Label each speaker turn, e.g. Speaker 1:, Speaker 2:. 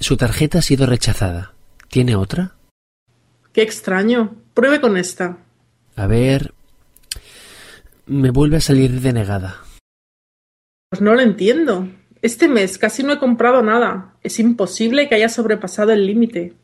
Speaker 1: Su tarjeta ha sido rechazada. ¿Tiene otra?
Speaker 2: Qué extraño. Pruebe con esta.
Speaker 1: A ver. Me vuelve a salir denegada.
Speaker 2: Pues no lo entiendo. Este mes casi no he comprado nada. Es imposible que haya sobrepasado el límite.